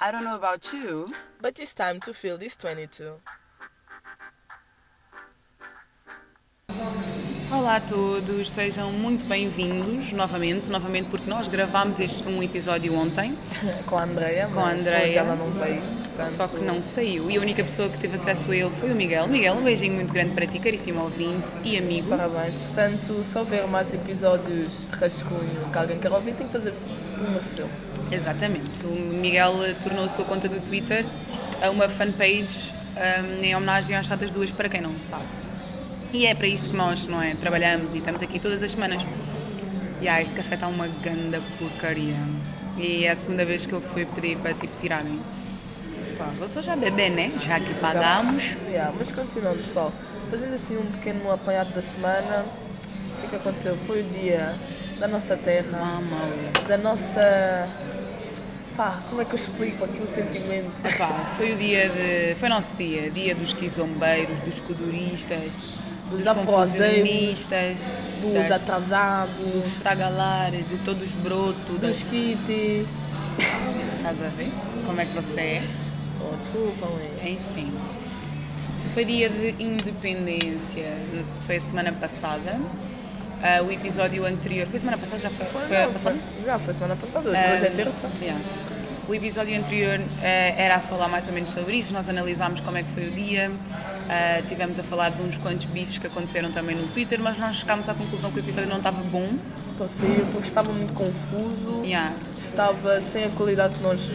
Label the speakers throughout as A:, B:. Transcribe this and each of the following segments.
A: I don't know about you.
B: But it's time to fill this 22.
C: Olá a todos, sejam muito bem-vindos novamente, novamente porque nós gravámos este, um episódio ontem,
B: Com a Andreia,
C: Com a
B: mas
C: Andreia.
B: hoje ela não veio. Portanto,
C: só que não saiu e a única pessoa que teve acesso a ele foi o Miguel. Miguel, um beijinho muito grande para ti, caríssimo ouvinte e amigo.
B: Parabéns. Portanto, se houver mais episódios rascunho que alguém quer ouvir, tem que fazer uma seu.
C: Exatamente, o Miguel eh, tornou a sua conta do Twitter a uma fanpage ahm, em homenagem às Chatas Duas, para quem não sabe. E é para isto que nós, não é, trabalhamos e estamos aqui todas as semanas. E ah, este café está uma ganda porcaria. E é a segunda vez que eu fui pedir para tipo tirarem. Pá, vou só já beber, né? Já que pagámos.
B: Yeah, mas continuando, pessoal. Fazendo assim um pequeno apanhado da semana, o que é que aconteceu? Foi o dia da nossa terra,
C: Mama.
B: da nossa. Pá, como é que eu explico aqui o sentimento?
C: Epá, foi o dia de. Foi o nosso dia, dia dos quizombeiros, dos coduristas,
B: Dos
C: confusionistas,
B: Dos
C: das- dos
B: atrasados,
C: estragalares, de todos os brotos.
B: dos
C: Das...
B: kitty.
C: Estás a ver? Como é que você é?
B: Oh, desculpa, mãe.
C: Enfim. Foi dia de independência, foi a semana passada. Ah, o episódio anterior. Foi semana passada? Já foi?
B: Foi,
C: a
B: não,
C: passada?
B: foi- já foi semana passada, hoje,
C: Ah,
B: hoje é terça.
C: yeah. O episódio anterior ah, era a falar mais ou menos sobre isso, nós analisámos como é que foi o dia, ah, tivemos a falar de uns quantos bifes que aconteceram também no Twitter, mas nós chegámos à conclusão que o episódio não estava bom.
B: Passei porque estava muito confuso,
C: Yeah.
B: estava sem a qualidade que nós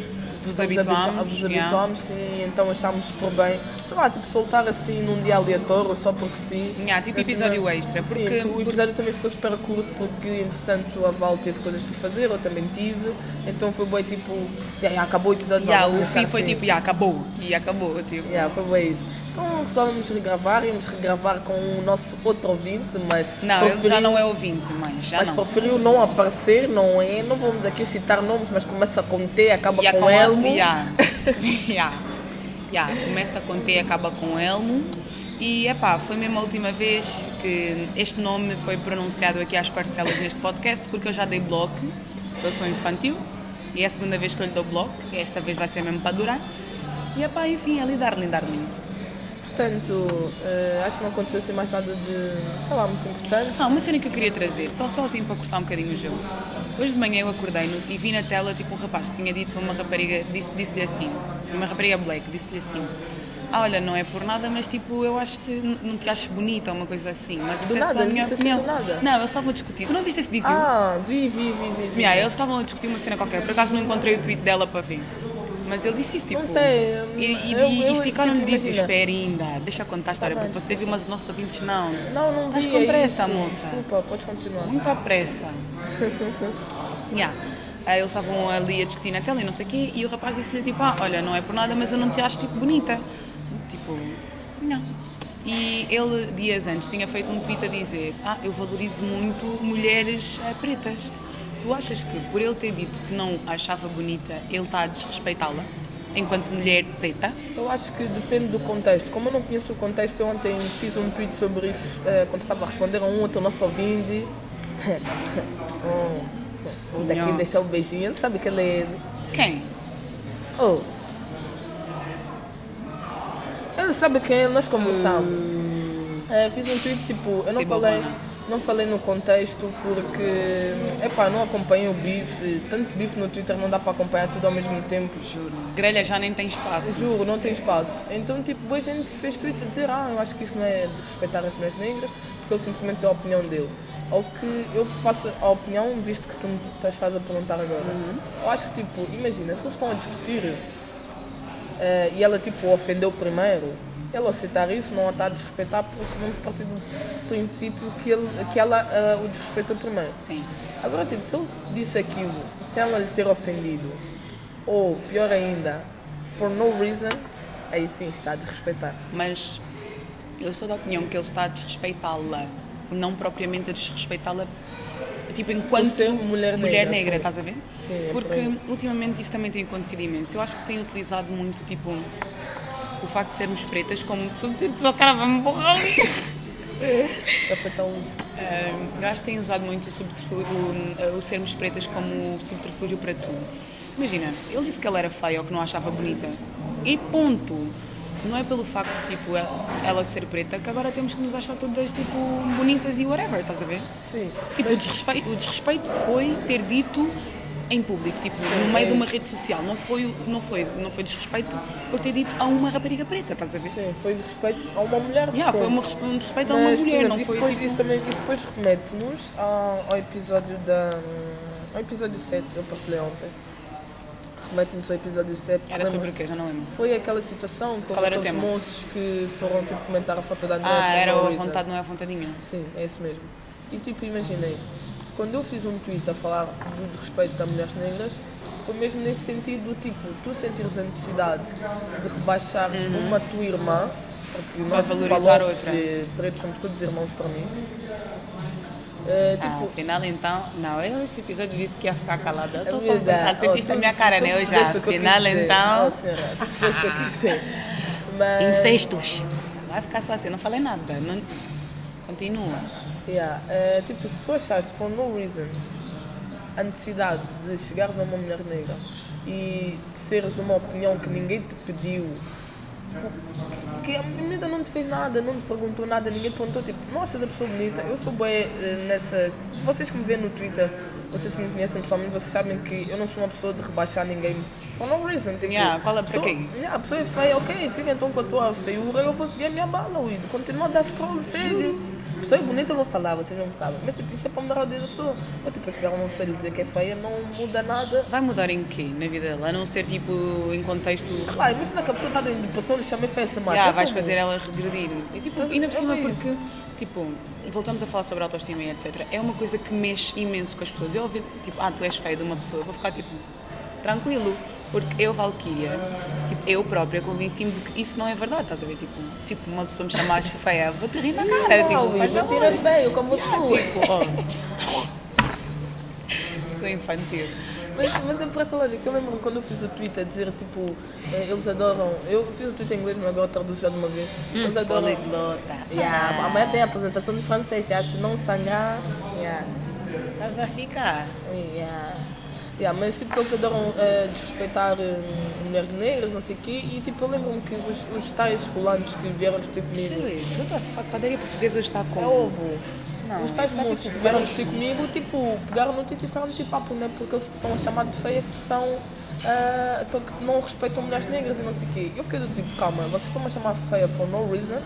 B: estamos habitu-
C: habituámos,
B: vos
C: yeah.
B: habituámos e então achámos por bem, sei lá, tipo, soltar assim num dia aleatório só porque sim.
C: Yeah, tipo
B: Assim,
C: episódio
B: não-
C: extra,
B: Sim,
C: porque-
B: o episódio também ficou super curto porque entretanto a Val teve coisas para fazer, eu também tive, então foi bem tipo, yeah, yeah, acabou o episódio
C: Yeah,
B: vamos
C: o
B: deixar
C: fim foi
B: assim.
C: tipo, yeah, acabou, e acabou. Tipo.
B: Yeah, foi bem isso. Então só vamos regravar, íamos regravar com o nosso outro ouvinte, mas
C: Não, ele já
B: preferi-
C: não é ouvinte, mas já
B: mas
C: não.
B: preferiu não aparecer, não é? Não vamos aqui citar nomes, mas começa com T, acaba
C: Yeah,
B: com, Elmo.
C: Yeah. Yeah. Yeah, Começa com T e acaba com Elmo. E epá, foi mesmo a última vez que este nome foi pronunciado aqui às parcelas neste podcast, porque eu já dei bloco, eu sou infantil, e é a segunda vez que eu lhe dou bloco, esta vez vai ser mesmo para durar. E epá, enfim, é lidar, lidar, lidar.
B: Portanto, eh, acho que não aconteceu assim mais nada de, sei lá, muito importante.
C: Ah, uma cena que eu queria trazer, só sozinho para cortar um bocadinho o gelo. Hoje de manhã eu acordei no- e vi na tela tipo um rapaz que tinha dito a uma rapariga, disse- disse-lhe assim, uma rapariga black, disse-lhe assim. Ah, olha, não é por nada, mas tipo, eu acho-te, não te acho bonita ou uma coisa assim. Mas isso é
B: nada,
C: só a minha
B: disse assim do
C: opinião.
B: nada?
C: Não, eles estavam a discutir. Tu não viste esse dizio?
B: Ah, vi, vi, vi, vi. vi.
C: Yeah, eles estavam a discutir uma cena qualquer. Por acaso não encontrei o tweet dela para ver. Mas ele disse isso tipo.
B: Não sei,
C: E, e,
B: eu-
C: e
B: eu,
C: esticaram-lhe
B: tipo,
C: e disse:
B: imagina.
C: Espera ainda, deixa eu contar a história,
B: bem,
C: porque você viu, mas os nossos ouvintes não.
B: Não, não vi.
C: Mas com
B: é
C: pressa,
B: isso.
C: moça.
B: Desculpa, podes continuar.
C: Muita pressa. Yeah. Ah, Eles estavam ali a discutir na tela e não sei o quê, e o rapaz disse-lhe tipo, ah, olha, não é por nada, mas eu não te acho tipo bonita. Tipo, não. E ele, dias antes, tinha feito um tweet a dizer, ah, eu valorizo muito mulheres ah, pretas. Tu achas que por ele ter dito que não a achava bonita, ele está a desrespeitá-la enquanto mulher preta?
B: Eu acho que depende do contexto. Como eu não conheço o contexto, eu ontem fiz um tweet sobre isso eh, quando estava a responder a um outro nosso ouvinte. oh, daqui
C: Não.
B: deixar o beijinho, ele sabe que ele é.
C: Quem?
B: Oh. Ele sabe quem é, nós conversamos. É, fiz um tweet tipo, eu não
C: Sim,
B: falei,
C: bobona.
B: não falei no contexto porque epá, não acompanho o bife, tanto bife no Twitter não dá para acompanhar tudo ao mesmo tempo.
C: Juro. Grelha já nem tem espaço.
B: Juro, não tem espaço. Então, tipo, depois a gente fez tweet a dizer, ah, eu acho que isso não é de respeitar as mulheres negras, porque ele simplesmente deu a opinião dele. Ao que eu passo a opinião, visto que tu me estás a perguntar agora. Eu acho que, tipo, imagina, se eles estão a discutir eh, e ela, tipo, o ofendeu primeiro, ela ao citar isso não a está a desrespeitar porque vamos partir do princípio que, ele, que ela eh, o desrespeitou primeiro.
C: Sim.
B: Agora, tipo, se ele disse aquilo sem ela lhe ter ofendido, ou pior ainda, for no reason, aí sim está a desrespeitar.
C: mas eu sou da opinião que ele está a desrespeitá-la, não propriamente a desrespeitá-la, tipo, enquanto
B: ser mulher negra, sim.
C: estás a ver?
B: Sim, é por
C: Porque
B: aí.
C: ultimamente isso também tem acontecido imenso. Eu acho que tem utilizado muito, tipo, o facto de sermos pretas como subterfúgio. Tua cara vai-me borrar ali.
B: É para tão
C: Hum, Um, eu acho que têm usado muito o, subterfú- o, uh, o sermos pretas como subterfúgio para tudo. Imagina, ele disse que ela era feia ou que não a achava bonita. E ponto. Não é pelo facto de tipo, ela ser preta que agora temos que nos achar todas tipo, bonitas e whatever, estás a ver?
B: Sim.
C: Tipo,
B: mas-
C: o, desrespeito, o desrespeito foi ter dito em público, tipo,
B: Sim,
C: no meio
B: é
C: de uma
B: isso.
C: rede social. Não foi, o- não, foi, não foi desrespeito por ter dito a uma rapariga preta, estás a ver?
B: Sim, foi de respeito a uma mulher.
C: Yeah, foi
B: ponto.
C: uma, respe- um desrespeito a uma
B: Mas, por
C: mulher,
B: exemplo,
C: não
B: isso,
C: foi
B: depois,
C: tipo...
B: isso, também, isso depois remete-nos ao, ao episódio da. ao episódio 7, eu partilhei ontem. Remete-nos ao episódio 7.
C: Era sobre o
B: lembras?
C: quê? Já não lembro.
B: Foi aquela situação com
C: Qual era o
B: aqueles
C: tema?
B: moços que foram tipo, comentar a foto da Andrea
C: Ah,
B: for
C: era
B: no
C: a
B: reason.
C: vontade, não é a vontade nenhuma.
B: Sim, é isso mesmo. E tipo, imaginei, quando eu fiz um tweet a falar do respeito a mulheres negras, foi mesmo nesse sentido do tipo, tu sentires a necessidade de rebaixares uma tua irmã, porque nós
C: Uhum. valorizar
B: palopes
C: outra.
B: e pretos somos todos irmãos para mim. Eh,
C: Ah,
B: tipo,
C: afinal então, não, eu esse episódio disse que ia ficar calada. Eu
B: a
C: tô
B: vida,
C: contente, acertiste
B: oh,
C: a
B: tu-
C: minha cara,
B: tu
C: né? Eu já,
B: fizeste o que eu quis
C: afinal
B: dizer.
C: então.
B: Oh, senhora, tu fizeste o que eu quis dizer. Mas-
C: Incestos. Vai ficar só assim, não falei nada. Não... Continua.
B: Yeah. eh, tipo, se tu achaste for no reason a necessidade de chegares a uma mulher negra e seres uma opinião que ninguém te pediu, que a menina não te fez nada, não te perguntou nada, ninguém te perguntou, tipo, nossa, essa pessoa é bonita, eu sou boa nessa. Vocês que me veem no Twitter, vocês que me conhecem pessoalmente, vocês sabem que eu não sou uma pessoa de rebaixar ninguém. For no reason, tipo.
C: Yeah, fala pra
B: pessoa-
C: quem?
B: Yeah, a pessoa é feia, ok, fica então com a tua feiura, eu vou seguir a minha bala, Will. Continua a dar scroll, segue. Pessoa é bonita, eu vou falar, vocês não sabem. Mas tipo, isso é para mudar a vida da pessoa. Eu tipo, chegar a uma pessoa e lhe dizer que é feia, não muda nada.
C: Vai mudar em quê na vida dela? A não ser tipo em contexto.
B: Sei lá, imagina que a pessoa está dentro de depressão, lhe chamei feia essa mata.
C: Já,
B: Eu
C: vais
B: não
C: fazer
B: vou.
C: ela regredir. E, tipo, ainda por
B: é
C: cima,
B: isso.
C: porque, tipo, voltamos a falar sobre autoestima e etc. É uma coisa que mexe imenso com as pessoas. Eu ouvir, tipo, ah, tu és feio de uma pessoa, eu vou ficar, tipo, tranquilo. Porque eu, Valkyria, tipo, eu própria convenci-me de que isso não é verdade, estás a ver? Tipo, tipo uma pessoa me chamar de feia, vou-te rir na cara. tipo,
B: Não,
C: faz
B: Will, não
C: favor.
B: tiras bem, como tu.
C: Tipo, oh. Sou infantil.
B: Mas, mas é por essa lógica. Eu lembro quando eu fiz o tweet a dizer, tipo, eh, eles adoram. Eu fiz o tweet em inglês, mas agora traduzo já de uma vez. eles adoram. Ah,
C: Poliglota.
B: Yeah, amanhã tem a apresentação de francês, já, ah, se não sangrar. Yeah.
C: Estás a ficar.
B: Yeah. é. Yeah, mas tipo, eles adoram eh, desrespeitar eh, mulheres negras, não sei o quê, e tipo, eu lembro-me que os, os tais fulanos que vieram discutir comigo,
C: Chile, isso, what the fuck? Padaria portuguesa hoje está com.
B: é ovo.
C: Não,
B: os tais
C: está
B: moços
C: tipo
B: que vieram discutir comigo, tipo, pegaram no título e ficaram tipo papo, né? Porque eles estão a chamar de feia que estão. ah, estão- que não respeitam mulheres negras e não sei o quê. Eu fiquei do tipo, calma, vocês estão a chamar feia for no reason,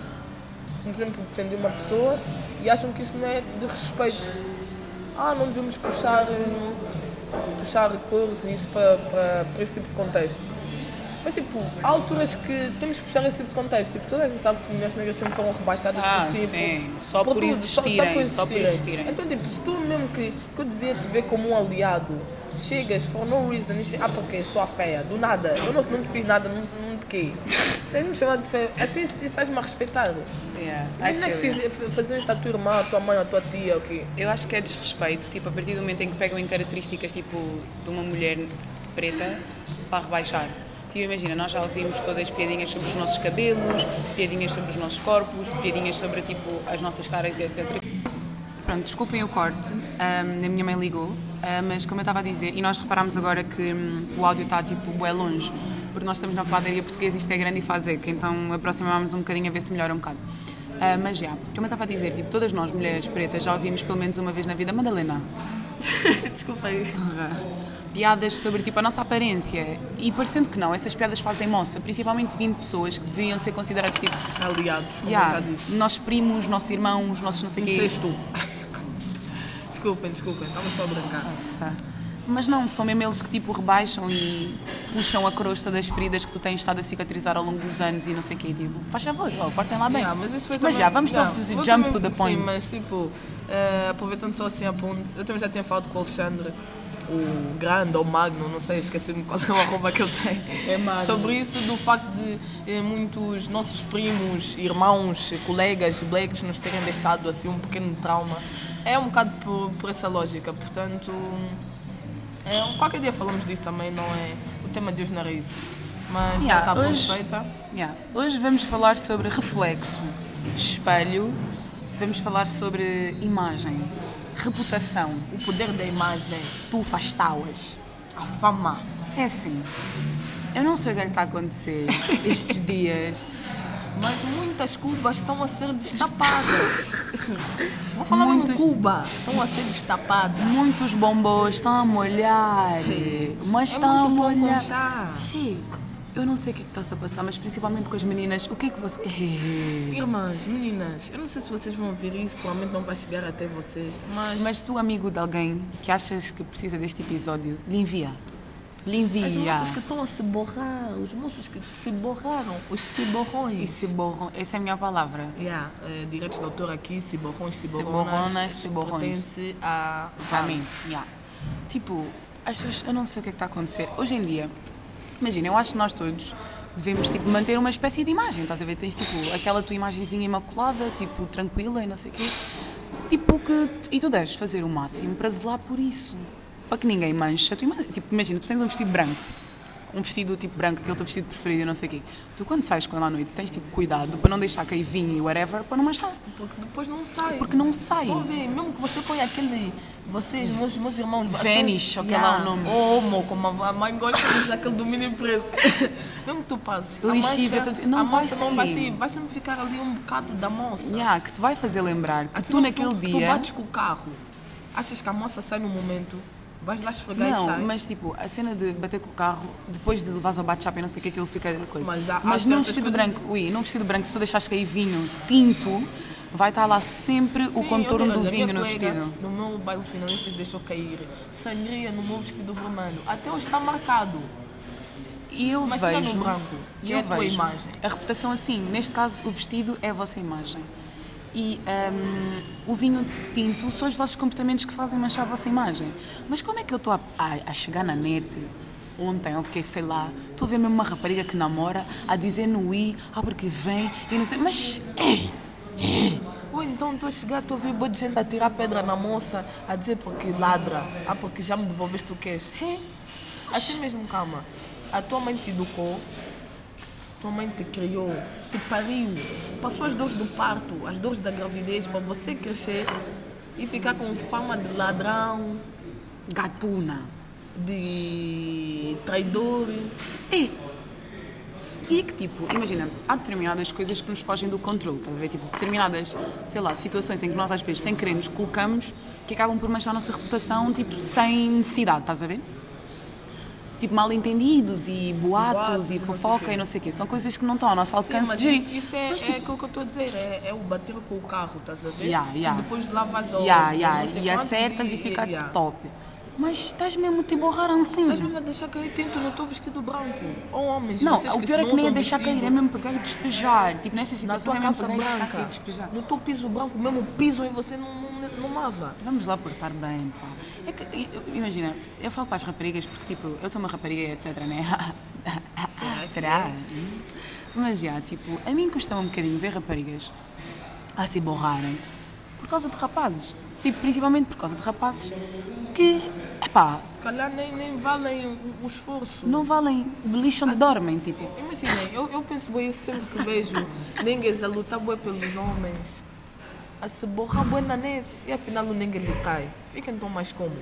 B: simplesmente porque defendem uma pessoa e acham que isso não é de respeito. Ah, não devemos puxar, hum, puxar cores e isso para, para, para esse tipo de contexto. Mas tipo, há alturas que temos que puxar esse tipo de contexto. Tipo, toda a gente sabe que mulheres negras sempre foram rebaixadas
C: Ah,
B: por si, por-
C: sim. Só por
B: tudo,
C: existirem. Só por existirem.
B: Então, tipo, se tu mesmo que, que eu devia te ver como um aliado, chegas for no reason e che- ah, porque sou a feia, do nada, eu não, não te fiz nada, não, não te quei. Estás-me chamado de feia, assim isso isso estás-me a respeitar.
C: Yeah, I
B: Imagina que
C: feel
B: fiz,
C: it.
B: f- fazer isso à tua irmã, à tua mãe, à tua tia, ok?
C: Eu acho que é desrespeito, tipo, a partir do momento em que pegam em características tipo de uma mulher preta para rebaixar. Tipo, imagina, nós já ouvimos todas as piadinhas sobre os nossos cabelos, piadinhas sobre os nossos corpos, piadinhas sobre tipo as nossas caras e etc. Pronto, desculpem o corte, ahm, a minha mãe ligou, ah, mas como eu estava a dizer, e nós reparámos agora que hum, o áudio está tipo bué longe, porque nós estamos na padaria portuguesa e isto é grande e faz eco, então aproximámos um bocadinho a ver se melhora um bocado. Ah, mas já, como eu estava a dizer, tipo, todas nós, mulheres pretas, já ouvimos pelo menos uma vez na vida Madalena.
B: Desculpa aí.
C: Piadas sobre tipo a nossa aparência e parecendo que não, essas piadas fazem moça, principalmente vindo de pessoas que deveriam ser consideradas tipo,
B: Aliados, como
C: yeah,
B: eu já disse.
C: nossos primos, nossos irmãos, nossos não sei o quê.
B: Incesto. desculpem, desculpem, estava só a brincar.
C: Nossa. Mas não, são mesmo eles que tipo rebaixam e puxam a crosta das feridas que tu tens estado a cicatrizar ao longo dos anos e não sei o quê. Tipo, faz favor, ó, portem lá bem.
B: Yeah, mas isso foi
C: Mas
B: também-
C: já, vamos só
B: Yeah,
C: fazer
B: vou
C: jump
B: também-
C: to the point.
B: Sim, mas tipo, eh, aproveitando só assim a ponte, eu também já tinha falado com o Alexandre, o grande ou magno, não sei, esqueci-me qual é o arroba que ele tem.
C: É magno.
B: Sobre isso, do facto de eh, muitos nossos primos, irmãos, colegas blacks nos terem deixado assim um pequeno trauma. É um bocado por, por essa lógica, portanto. é, qualquer dia falamos disso também, não é? O tema de hoje não era isso. Mas
C: Yeah,
B: já tá está
C: hoje-
B: perfeita.
C: Yeah. Hoje vamos falar sobre reflexo, espelho, vamos falar sobre imagem, reputação,
B: O poder da imagem.
C: tu faz tauas.
B: A fama. É assim. Eu não sei o que é que está a acontecer estes dias, mas muitas Cubas estão a ser destapadas. Assim, Vou falar muito
C: Muitos-
B: Cuba. Estão a ser destapadas.
C: Muitos bombons estão a molhar, mas estão a
B: É muito bom
C: molhar.
B: com chá.
C: Sim, eu não sei o que é que está a passar, mas principalmente com as meninas, o que é que você.
D: Irmãs, meninas, eu não sei se vocês vão ouvir isso, provavelmente não vai chegar até vocês, mas,
C: Mas tu, amigo de alguém que achas que precisa deste episódio, lhe envia. Lhe
B: As
C: envia.
B: moças que estão a se borrar, os moços que se borraram, os ciborrões.
C: E se borram, essa é a minha palavra.
B: Yeah, eh, direitos de autor aqui, ciborrões,
C: Ciborronas,
B: ciborronas,
C: ciborrões.
B: pertence a...
C: Para mim, yeah. Tipo, as pessoas, eu não sei o que é que está a acontecer. Hoje em dia, imagina, eu acho que nós todos devemos tipo, manter uma espécie de imagem, estás a ver? Tens tipo aquela tua imagenzinha imaculada, tipo, tranquila e não sei o quê. Tipo que, tu- e tu deves fazer o máximo para zelar por isso. Para que ninguém manche a tua imagem. Tipo, imagina, tu tens um vestido branco. Um vestido tipo branco, aquele teu vestido preferido e não sei o quê. Tu quando sais com ele à noite tens tipo cuidado para não deixar cair vinho e whatever para não manchar.
B: Porque depois não sai.
C: Porque não sai.
B: Vão ver, mesmo que você põe aquele. Vocês, meus, meus irmãos.
C: Vanish, ou que lá é o nome.
B: Ou homo, como a a mãe gosta de dizer, aquele domínio preso. mesmo que tu passes. a
C: Lixívia,
B: mancha-
C: tanto- não
B: a
C: vai
B: mancha não vai
C: sair.
B: sair. Vai sempre ficar ali um bocado da moça.
C: Yeah, que te vai fazer lembrar que
B: Assim,
C: tu naquele dia.
B: Tu bates com o carro, achas que a moça sai no momento, vais lá esfregar e
C: Não,
B: sai.
C: mas tipo, a cena de bater com o carro, depois de levares ao bate-chapa e não sei o que, aquilo fica coisa.
B: Mas há- há
C: num
B: certas
C: vestido
B: coisas-
C: branco, ui, num vestido branco, se tu deixaste cair vinho tinto, vai estar lá sempre o
B: Sim,
C: contorno
B: olha,
C: do
B: a minha
C: vinho é no
B: colega,
C: vestido.
B: No meu baile de finalistas deixou cair sangria no meu vestido vermelho. Até hoje está marcado.
C: E eu
B: Mas fica no
C: vejo.
B: branco,
C: e
B: que
C: eu
B: é a tua
C: vejo
B: imagem.
C: A reputação assim, neste caso o vestido é a vossa imagem. E hum, o vinho tinto são os vossos comportamentos que fazem manchar a vossa imagem. Mas como é que eu estou a, a- a chegar na net ontem, ou que sei lá, estou a ver mesmo uma rapariga que namora a dizer no i, ah, porque vem, e não sei. Mas, é ei!
B: Ou então estou a chegar, estou a ouvir boa de gente a tirar pedra na moça, a dizer porque ladra, ah, porque já me devolveste o queijo. Hã? Assim mesmo, calma. A tua mãe te educou, tua mãe te criou, te pariu, passou as dores do parto, as dores da gravidez para você crescer e ficar com fama de ladrão,
C: Gatuna!
B: de traidor.
C: E, e é que tipo, imagina, há determinadas coisas que nos fogem do controle, estás a ver? Tipo, determinadas, sei lá, situações em que nós às vezes sem querer nos colocamos que acabam por manchar a nossa reputação, tipo, sem necessidade, estás a ver? Tipo, mal entendidos e boatos,
B: Boatos
C: e
B: e não sei
C: fofoca
B: quê.
C: e não sei o quê. São coisas que não estão ao nosso
B: Sim,
C: alcance
B: mas
C: de gerir.
B: isso, isso é,
C: Mas, tipo-
B: é aquilo que eu estou a dizer, é, é o bater com o carro, estás a ver?
C: Yeah, yeah.
B: E depois lavas ao
C: yeah,
B: ao
C: yeah,
B: não sei
C: e
B: quantos
C: acertas e, fica
B: yeah.
C: top. Mas estás mesmo a te borrar assim.
B: Estás mesmo a deixar cair tinto no teu vestido branco. Ou homens,
C: Não,
B: vocês
C: o pior é
B: se
C: que nem é
B: usam
C: deixar
B: vestido,
C: cair, é mesmo pegar e despejar. Tipo, nessas
B: Na
C: situações
B: tua
C: é mesmo
B: calça
C: pegar e deixar cair e
B: branca,
C: despejar.
B: no teu piso branco, mesmo piso e você não, não, não lava.
C: Vamos lá portar bem, pá. É que, i- imagina, eu falo para as raparigas porque, tipo, eu sou uma rapariga e etc, né?
B: que
C: Será?
B: és?
C: Hum. Mas já, tipo, a mim custa um bocadinho ver raparigas a se borrarem por causa de rapazes. Tipo, principalmente por causa de rapazes que, epá,
B: Se calhar nem, nem valem o, o esforço.
C: não valem, lixam,
B: Ah,
C: dormem, tipo.
B: Imaginem, eu, eu penso bem isso sempre que vejo ninguém a lutar bué pelos homens, a se borrar bué na net e afinal o ninguém lhe cai. Fica então mais como?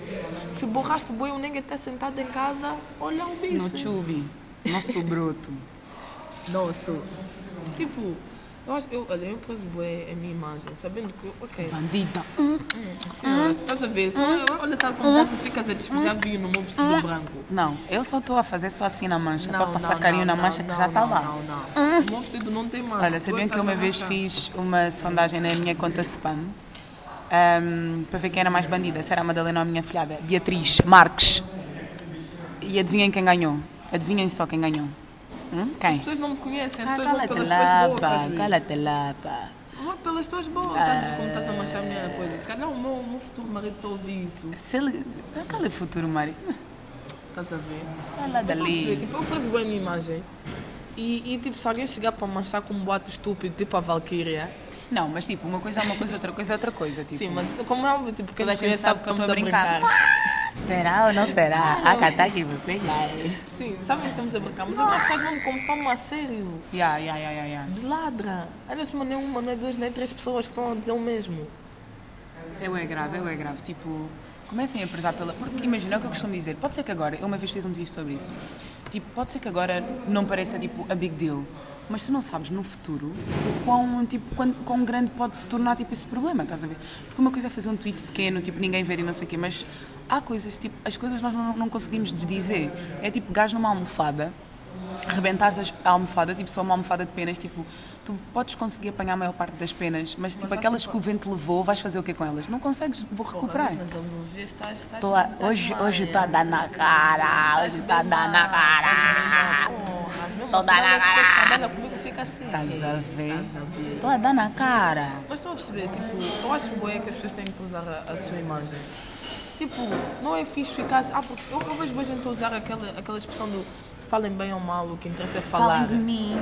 B: Se borraste bué, o ninguém está sentado em casa, olha o bife.
C: No chube, nosso broto.
B: Nossa. Tipo, eu acho, eu, olha, eu prezo bué a minha imagem, sabendo que, ok,
C: Bandida. Hum.
B: senhora, se estás a ver, senhora, olha, tá como tá, se ficas a
C: Hum.
B: despejar vinho no meu vestido branco.
C: Não, eu só estou a fazer só assim na mancha, para
B: Não,
C: passar
B: não,
C: carinho na
B: não, não,
C: mancha que
B: não,
C: já está
B: não,
C: lá. Hum.
B: Não, não. O meu vestido não tem mancha. tá
C: Olha, sabiam que eu uma vez fiz uma sondagem na minha conta spam ahm, para ver quem era mais bandida, se era a Madalena ou a minha filhada, Beatriz Marques. E adivinhem quem ganhou? Adivinhem só quem ganhou? Hum?
B: As
C: Quem?
B: pessoas não me conhecem, as
C: Ah,
B: pessoas vão
C: cala-te
B: pelas
C: lá,
B: tuas
C: pá,
B: bocas. Cala...
C: cala-te lá, pá.
B: Vão pelas tuas bocas, ah. como estás a manchar a minha coisa. Se calhar o meu, o meu futuro marido está a ouvir isso,
C: Se ele... Cala o futuro, Mari.
B: estás a ver?
C: Fala
B: Mas vamos ver,
C: dali.
B: Tipo, eu prezo bem a minha imagem. E, e, tipo, se alguém chegar para manchar com um boato estúpido, tipo a Valkyria.
C: Não, mas tipo, uma coisa é uma coisa, outra coisa é outra coisa, tipo.
B: Sim, mas como é óbvio, tipo, quem
C: Toda a
B: nos conhece
C: gente sabe
B: sabe
C: que
B: que
C: eu
B: estamos
C: estou
B: a
C: a brincar. Ah,
B: brincar.
C: Será ou não será? Ah, A catar que você vai.
B: Sim, sabem que estamos a brincar, mas agora estás mesmo com fama a sério.
C: Ya, ya, ya, ya, ya.
B: De ladra. Olha, se não é uma, não é duas, nem três pessoas que estão a dizer o mesmo.
C: Eu é grave, eu é grave. Tipo, comecem a prezar pela. Porque imagina é o que eu costumo dizer. Pode ser que agora, eu uma vez fiz um tweet sobre isso. Tipo, pode ser que agora não pareça tipo a big deal. Mas tu não sabes no futuro o quão, tipo, quão, quão grande pode se tornar tipo, esse problema, estás a ver? Porque uma coisa é fazer um tweet pequeno, tipo, ninguém ver e não sei o quê, mas há coisas, tipo, as coisas nós não, não conseguimos desdizer. É tipo, gás numa almofada, rebentares a almofada, tipo só uma almofada de penas, tipo, tu podes conseguir apanhar a maior parte das penas, mas tipo aquelas que o vento levou, vais fazer o que com elas? Não consegues, vou recuperar.
B: Mas analogia estás, estás,
C: Tô a-
B: estás
C: hoje
B: mal,
C: hoje
B: é.
C: estou a dar na cara, hoje tá estou a dar na cara. Toda
B: Toda a
C: na
B: pessoa que
C: cara.
B: trabalha comigo fica assim.
C: Estás a ver?
B: Estás a ver.
C: Estou a dar na cara.
B: Mas estão a perceber, tipo, eu acho boa que as pessoas têm que usar a, a sua imagem. Tipo, não é fixe ficar. Ah, porque eu, eu vejo boa gente a usar aquela, aquela expressão do falem bem ou mal, o que interessa é falar.
C: Falem de mim.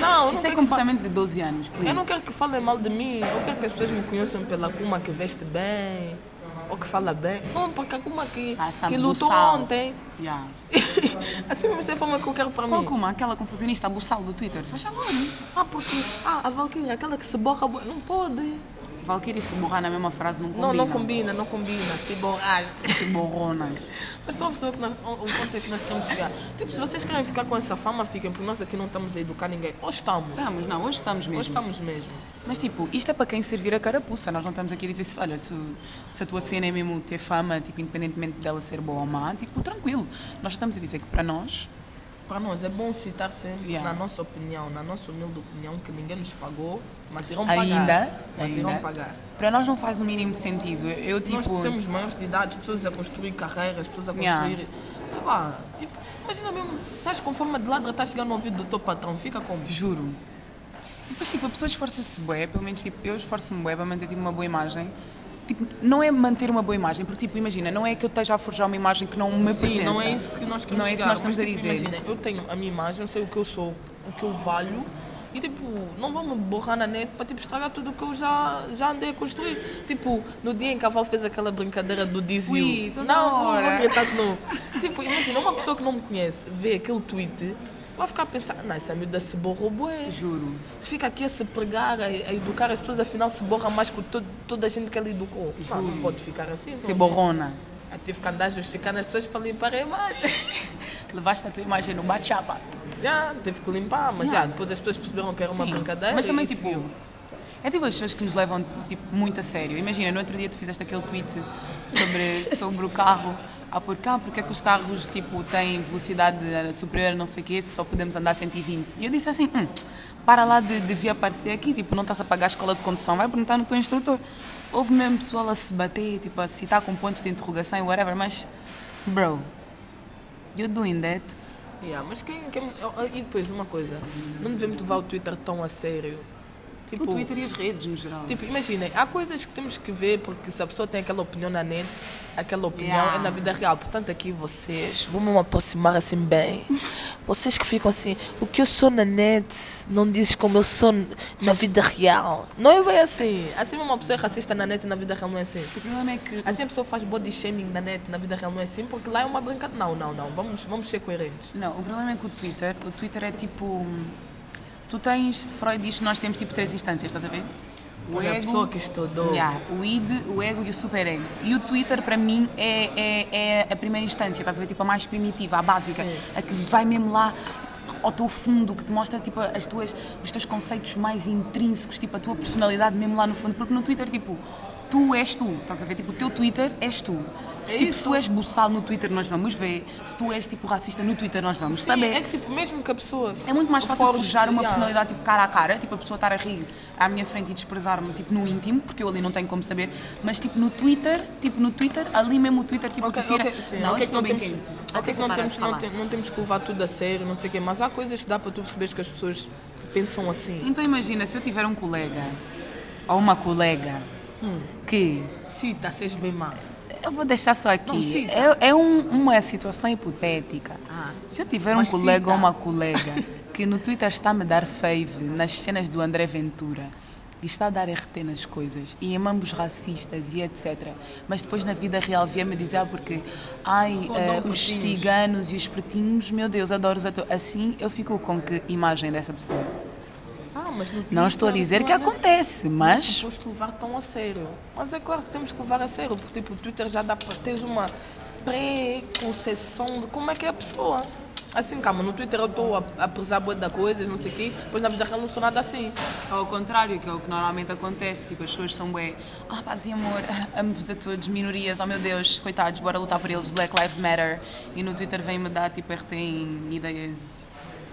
B: Não, eu não,
C: Isso é
B: quero que fa-
C: comportamento de 12 anos, please.
B: eu não quero que falem mal de mim, eu quero que as pessoas me conheçam pela Kuma que veste bem, ou que fala bem. Não, porque a Kuma que,
C: Passa
B: que lutou
C: Ah, buçal.
B: ontem.
C: Yeah.
B: assim mesmo é a forma que eu quero para
C: Qual
B: mim.
C: que uma, aquela confusionista abusal do Twitter? Faz favor.
B: Ah, porque ah, a Valkyria, aquela que se borra, bo- não pode.
C: Valkyrie se borrar na mesma frase não combina.
B: Não, não combina, não combina, se borrar.
C: Se borronas.
B: Mas estão a perceber que nós, o o conceito que nós queremos chegar. Tipo, se vocês querem ficar com essa fama, fiquem, porque nós aqui não estamos a educar ninguém. Ou estamos. Ou
C: Estamos, não, hoje estamos mesmo.
B: estamos mesmo.
C: Mas tipo, isto é para quem servir a carapuça. Nós não estamos aqui a dizer, se- olha, se, se a tua cena é mesmo ter fama, tipo, independentemente dela ser boa ou má, tipo, tranquilo. Nós só estamos a dizer que para nós,
B: Para nós é bom citar sempre,
C: Yeah.
B: na nossa opinião, na nossa humilde opinião, que ninguém nos pagou, mas irão pagar.
C: ainda,
B: Mas irão
C: ainda,
B: pagar.
C: para nós não faz o mínimo sentido. Eu, tipo,
B: Nós somos maiores de idade, pessoas a construir carreiras, pessoas a construir.
C: Yeah.
B: Sei lá. Imagina mesmo, estás com forma de ladra, estás chegando no ouvido do teu patrão, fica como.
C: juro. E Depois, tipo, a pessoa esforça-se bué, pelo menos, tipo, eu esforço-me bué para manter, tipo, uma boa imagem. Tipo, não é manter uma boa imagem, porque, tipo, imagina, não é que eu esteja a forjar uma imagem que não me
B: Sim,
C: pertence.
B: não é isso que nós queremos
C: Não é isso que
B: chegar,
C: nós estamos
B: mas,
C: a
B: tipo,
C: dizer.
B: Imagina, eu tenho a minha imagem, eu sei o que eu sou, o que eu valho e tipo, não vou me borrar na net para tipo, estragar tudo o que eu já, já andei a construir. Tipo, no dia em que a Val fez aquela brincadeira do Dizil,
C: Ui, toda
B: não, vou-
C: hora.
B: vou gritar Tá de novo. tipo, imagina, uma pessoa que não me conhece vê aquele tweet, vai ficar a pensar, não, essa miúda se borrou bué.
C: Juro.
B: Fica aqui a se pregar, a, a educar as pessoas, afinal se borra mais que todo- toda a gente que ela educou. Não, não pode ficar assim.
C: Ser
B: não.
C: borrona.
B: Eu tive que andar justificando as pessoas para limpar a imagem.
C: Levaste a tua imagem no bate-chapa.
B: Já, teve que limpar, mas
C: Yeah.
B: já, depois as pessoas perceberam que era É uma
C: Sim,
B: brincadeira.
C: Mas também,
B: e
C: tipo,
B: seguiu.
C: é tipo as pessoas que nos levam tipo, muito a sério. Imagina, no outro dia tu fizeste aquele tweet sobre, sobre o carro. Ah, por cá, porque é que os carros tipo, têm velocidade eh, superior a não sei o quê, se só podemos andar 120? E eu disse assim, hum, para lá de devia aparecer aqui, tipo, não estás a pagar a escola de condução, vai perguntar no teu instrutor. Houve mesmo pessoal a se bater, tipo, a citar com pontos de interrogação e whatever, mas, bro, you doing that?
B: Yeah, mas quem, quem- Oh, E depois, uma coisa, não devemos levar o Twitter tão a sério. Tipo,
C: O Twitter e as redes, no geral.
B: tipo, imaginem, há coisas que temos que ver, porque se a pessoa tem aquela opinião na net, aquela opinião
C: Yeah.
B: é na vida real. Portanto, aqui vocês, vamos me aproximar assim bem. Vocês que ficam assim, o que eu sou na net não diz como eu sou na vida real. Não é bem assim. Assim, uma pessoa é racista na net e na vida real não é assim.
C: o problema é que
B: Assim a pessoa faz body shaming na net, na vida real não é assim, porque lá é uma brincadeira. Não, não, não, vamos, vamos ser coerentes.
C: Não, o problema é que o Twitter, o Twitter é tipo. Tu tens, Freud diz que nós temos tipo três instâncias, estás a ver? O
B: Olha é a pessoa que estudou.
C: Yeah, o id, o ego e o superego. E o Twitter, para mim, é, é, é a primeira instância, estás a ver? Tipo, a mais primitiva, a básica,
B: Sim.
C: a que vai mesmo lá ao teu fundo, que te mostra tipo, as tuas, os teus conceitos mais intrínsecos, tipo, a tua personalidade mesmo lá no fundo. Porque no Twitter, tipo, tu és tu, estás a ver? Tipo, o teu Twitter és tu.
B: É
C: tipo,
B: isso.
C: se tu és buçal no Twitter, nós vamos ver. Se tu és tipo racista no Twitter, nós vamos
B: Sim,
C: saber.
B: é que tipo, mesmo que a pessoa.
C: É muito mais fácil
B: forge-
C: forjar uma
B: Yeah.
C: personalidade tipo cara a cara, tipo a pessoa estar a rir à minha frente e desprezar-me tipo no íntimo, porque eu ali não tenho como saber, mas tipo no Twitter, tipo no Twitter, ali mesmo o Twitter tipo
B: Ok,
C: tu tira,
B: ok, sim.
C: não,
B: Ok,
C: eu estou
B: não
C: bem
B: temos-
C: quente.
B: ok,
C: Até
B: que
C: vou
B: não
C: parar de
B: temos, não,
C: falar.
B: tem- não temos que levar tudo a sério, não sei o quê, mas há coisas que dá para tu perceberes que as pessoas pensam assim.
C: Então imagina se eu tiver um colega ou uma colega
B: Hum.
C: que tá
B: Cita, seis bem mal.
C: eu vou deixar só
B: Não,
C: aqui.
B: cita.
C: É, é um- uma situação hipotética.
B: Ah.
C: Se eu tiver um
B: Mas
C: colega ou
B: cita.
C: uma colega que no Twitter está a me dar fave nas cenas do André Ventura e está a dar RT nas coisas e em ambos racistas e etc. Mas depois na vida real vier-me dizer ah, porque ai,
B: Ou
C: eh,
B: dão
C: os
B: pretinhos.
C: ciganos e os pretinhos, meu Deus, adoro os atores. Assim eu fico com que imagem dessa pessoa?
B: Ah, mas no
C: Não estou a
B: Twitter,
C: dizer
B: tu
C: que
B: é nesse-
C: acontece,
B: Não é
C: mas
B: suposto levar tão a sério. Mas é claro que temos que levar a sério, porque tipo, o Twitter já dá para ter uma pré-concessão de como é que é a pessoa. Assim, calma, no Twitter eu estou a, a pesar boa da coisa, não sei o quê, depois na vida real não sou nada assim.
C: Ao contrário, que é o que normalmente acontece, tipo, as pessoas são bué, ah, paz e amor, amo-vos a todos, minorias, oh meu Deus, coitados, bora lutar por eles, Black Lives Matter. E no Twitter vem-me dar, tipo, RT em ideias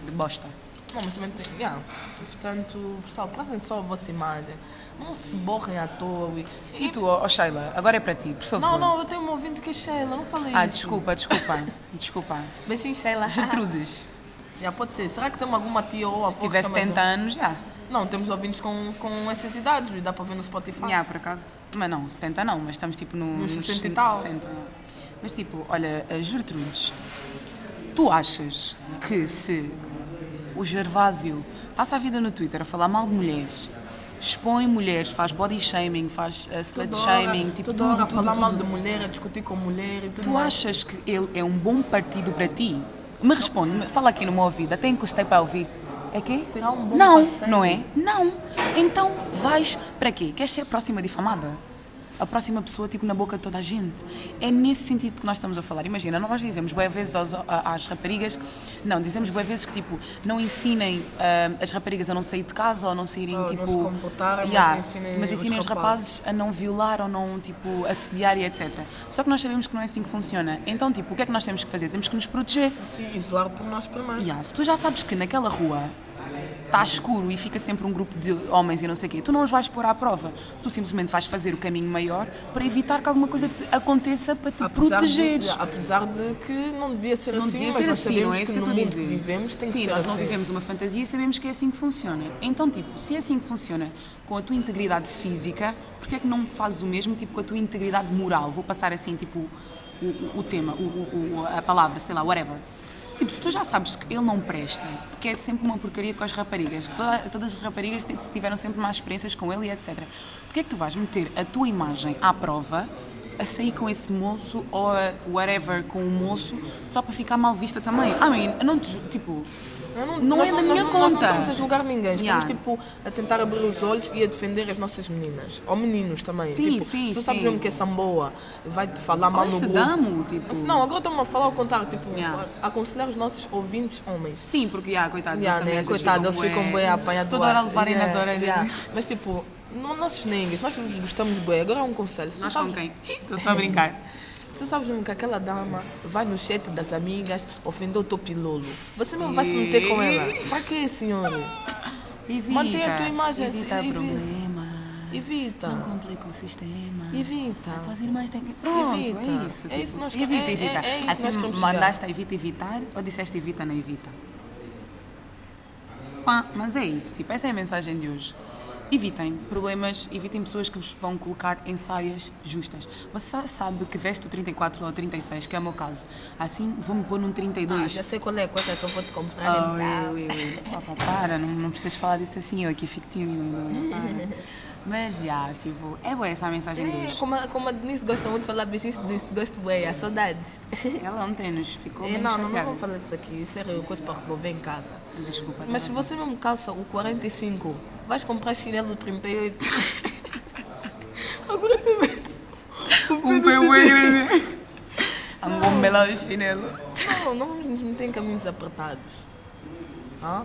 C: de bosta.
B: Não, mas também tem. Yeah. Portanto, pessoal, prazem só a vossa imagem. Não se borrem à toa. ui.
C: E tu, oh, oh, Sheila, agora é para ti, por favor.
B: Não, não, eu tenho um ouvinte que é Sheila, não falei
C: Ah,
B: isso.
C: desculpa, desculpa, desculpa.
B: Beijinho, Sheila.
C: Gertrudes,
B: yeah, pode ser. Será que temos alguma tia ou
C: se
B: avó que
C: tivesse
B: chama
C: 70 anos, já.
B: Não, temos ouvintes com, com essas idades, ui, dá para ver no Spotify.
C: Já, por acaso, mas não, 70 não, mas estamos tipo no,
B: Nos 60 e tal.
C: 60. Mas tipo, olha, a Gertrudes, tu achas que se o Gervásio passa a vida no Twitter a falar mal de mulheres, expõe mulheres, faz body shaming, faz uh, slut
B: Toda
C: shaming,
B: hora,
C: tipo
B: toda
C: tudo,
B: hora a
C: tudo,
B: falar
C: tudo.
B: mal de mulher, a discutir com mulher e tudo
C: Tu
B: mais.
C: achas que ele é um bom partido para ti? Me responde, me- fala aqui no meu ouvido, até encostei para ouvir. É quê?
B: Será um bom
C: Não,
B: parceiro?
C: não é? Não. Então vais para quê? Queres ser a próxima difamada? A próxima pessoa, tipo, na boca de toda a gente. É nesse sentido que nós estamos a falar. Imagina, nós dizemos boas vezes aos- a- às raparigas, não, dizemos boas vezes que, tipo, não ensinem ah, as raparigas a não sair de casa ou não saírem,
B: Ah, não se
C: tipo.
B: comportarem, mas ensinem
C: mas
B: os
C: ensinem os rapazes
B: rapazes.
C: rapazes a não violar ou não, tipo, assediar e etc. Só que nós sabemos que não é assim que funciona. Então, tipo, o que é que nós temos que fazer? Temos que nos proteger.
B: Sim, isolar por nós primeiro.
C: E, ah, se tu já sabes que naquela rua está escuro e fica sempre um grupo de homens e não sei o quê, tu não os vais pôr à prova. Tu simplesmente vais fazer o caminho maior para evitar que alguma coisa te aconteça para te proteger.
B: De, apesar de que não devia ser
C: Não
B: assim,
C: devia
B: mas
C: ser
B: nós
C: assim,
B: sabemos
C: não é isso
B: que
C: que eu estou
B: no
C: a
B: mundo
C: dizer.
B: que vivemos tem
C: Sim,
B: que ser
C: nós
B: assim.
C: não vivemos uma fantasia e sabemos que é assim que funciona. Então, tipo, se é assim que funciona com a tua integridade física, porque é que não fazes o mesmo tipo, com a tua integridade moral? Vou passar assim, tipo, o, o- o tema, o, o- o- a palavra, sei lá, whatever. Tipo, se tu já sabes que ele não presta, que é sempre uma porcaria com as raparigas, que toda- todas as raparigas te- tiveram sempre más experiências com ele e etc. Porquê é que tu vais meter a tua imagem à prova a sair com esse moço ou a whatever com o moço só para ficar mal vista também. I mean, eu não te, ju- tipo,
B: Eu
C: não,
B: nós
C: é da minha
B: nós
C: conta.
B: não estamos a julgar ninguém. Estamos,
C: Yeah.
B: tipo, a tentar abrir os olhos e a defender as nossas meninas. Ou meninos também.
C: Sim,
B: tipo,
C: sim,
B: se tu sabes
C: sim.
B: mesmo que é samboa, vai-te falar mal
C: Ou
B: no
C: se
B: grupo.
C: damo, tipo.
B: Mas não, agora estamos a falar ao contrário. Tipo,
C: Yeah.
B: a- aconselhar os nossos ouvintes homens.
C: sim, porque, ah, coitados, eles
B: Yeah,
C: também
B: né?
C: às vezes
B: Coitado, eles ficam bem apanhados.
C: Toda hora a levarem
B: É,
C: nas orelhas.
B: Mas tipo, não, nossos ninguém, nós nos gostamos bem. Agora é um conselho. Se tu
C: Nós com
B: sabes-
C: quem? Estou só a brincar.
B: Tu sabes mesmo que aquela dama vai no chat das amigas, ofendeu o teu pilolo. Você mesmo vai se meter com ela. Para quê, senhora?
C: Evita,
B: Mantenha a tua imagem,
C: Evita
B: evi-
C: problema.
B: Evita.
C: Não complica o sistema.
B: Evita.
C: As tuas irmãs têm que. Pronto,
B: Evita.
C: é isso.
B: É isso que nós-
C: Evita,
B: é- é-
C: evita.
B: é isso que
C: assim,
B: nós queremos chegar.
C: mandaste a evita evitar ou disseste evita não evita? Pá, mas é isso, tipo, essa é a mensagem de hoje. Evitem problemas, evitem pessoas que vos vão colocar em saias justas. Você sabe que veste o 34 ou o 36, que é o meu caso. Assim, vou-me pôr num 32.
B: Ah, já sei qual é a conta que eu vou te comprar. né?
C: Oh, eu, eu, eu. Opa, para, não, não precisas falar disso assim, eu aqui fico tímida. para. Mas já, tipo, é boa essa a mensagem de
B: É,
C: hoje.
B: como, a- como a Denise gosta muito de falar beijinhos, Denise, gosto bem, a saudade.
C: Ela ontem nos ficou
B: É,
C: bem
B: não, não, não
C: chateada.
B: vou falar isso aqui, isso é coisa para resolver em casa.
C: Desculpa.
B: Mas se
C: tá
B: você mesmo calça o 45, vais comprar chinelo 38. Agora também.
C: bem. um peu grande. Um bom belo chinelo.
B: Não, não vamos nos meter em caminhos apertados. Hã?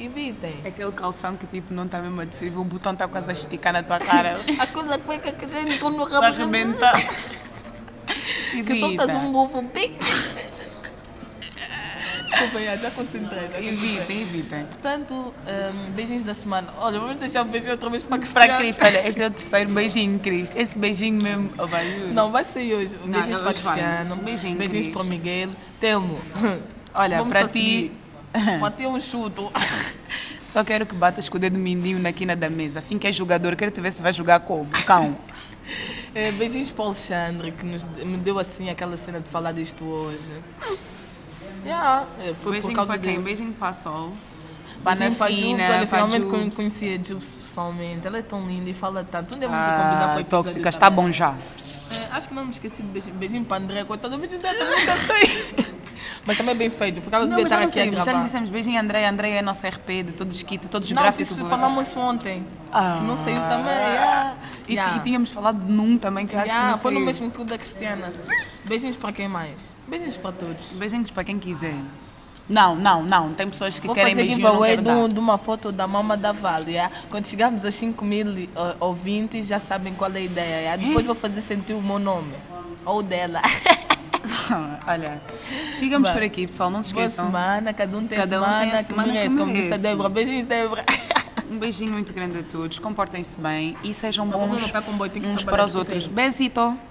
B: Evitem.
C: Aquele calção que tipo não está mesmo a descer, o botão está quase a esticar na tua cara.
B: Aquela cueca que já entrou no
C: Está
B: rabo. já-
C: arrebentar.
B: Que soltas um bofo. Bem. Desculpa, já, já concentrei. já concentrei.
C: Evitem, evitem.
B: Portanto, hum, beijinhos da semana. Olha, vamos deixar o beijinho outra vez para Cristiano.
C: Para Cris, olha, este é o terceiro beijinho, Cris. Esse beijinho mesmo, oh, vai, juro.
B: Não, vai sair hoje. Beijinhos
C: hoje vai.
B: para Cristiano.
C: Um Beijinho,
B: Beijinhos
C: Cris.
B: para o Miguel. Telmo.
C: Olha,
B: Vamos
C: para
B: só
C: ti,
B: seguir. Matei um chuto.
C: só quero que batas com o dedo mindinho na quina da mesa. Assim que é jogador, quero te ver se vai jogar com o cão.
B: É, beijinhos para o Alexandre, que nos, me deu assim aquela cena de falar disto hoje. Yeah, é, foi por causa dele.
C: Beijinho para a Sol.
B: Beijinho para a Jubes, olha, finalmente
C: Jubes.
B: con- conheci a Jubes pessoalmente. Ela é tão linda e fala tanto. Um dia vamos te convidar para o
C: Ah,
B: episódio
C: tóxicas, está
B: também. Eh,
C: bom já.
B: "Tá, É, acho que não me esqueci de beijinho, beijinho para André, coitado, beijinho dela também nunca sei. Mas também bem feito, porque ela
C: Não,
B: devia
C: mas já,
B: estar
C: não
B: aqui a
C: saímos, já lhe
B: gravar.
C: dissemos beijinho, Andréia. Andréia é a nossa RP de todos os kits, de todos os
B: Não,
C: gráficos.
B: isso
C: do Boa
B: falamos ontem.
C: Ah.
B: Não saiu também. ah.
C: E,
B: Yeah.
C: e tínhamos falado de num também que acho que
B: Yeah,
C: não
B: foi no
C: saiu.
B: mesmo clube da Cristiana. Beijinhos para quem mais? Beijinhos para todos.
C: Beijinhos para quem quiser. Não, não, não. Tem pessoas que
B: Vou
C: querem
B: fazer
C: beijinho eu não
B: giveaway
C: quero
B: de,
C: dar.
B: um- de uma foto da mama da Vale. yeah? Quando chegarmos aos 5 mil ouvintes, já sabem qual é a ideia. yeah? Depois vou fazer sentir o meu nome. Ou dela.
C: Olha, ficamos
B: Bom,
C: por aqui, pessoal. Não se
B: Boa
C: esqueçam.
B: semana, cada um tem
C: Cada um tem a
B: semana, que
C: semana que
B: merece, como
C: merece.
B: disse a Débora. Beijinhos, Débora.
C: Um beijinho muito grande a todos. Comportem-se bem e sejam
B: vou
C: bons
B: colocar com um boi, tem que
C: uns
B: trabalhar
C: para os
B: de
C: outros. Besito!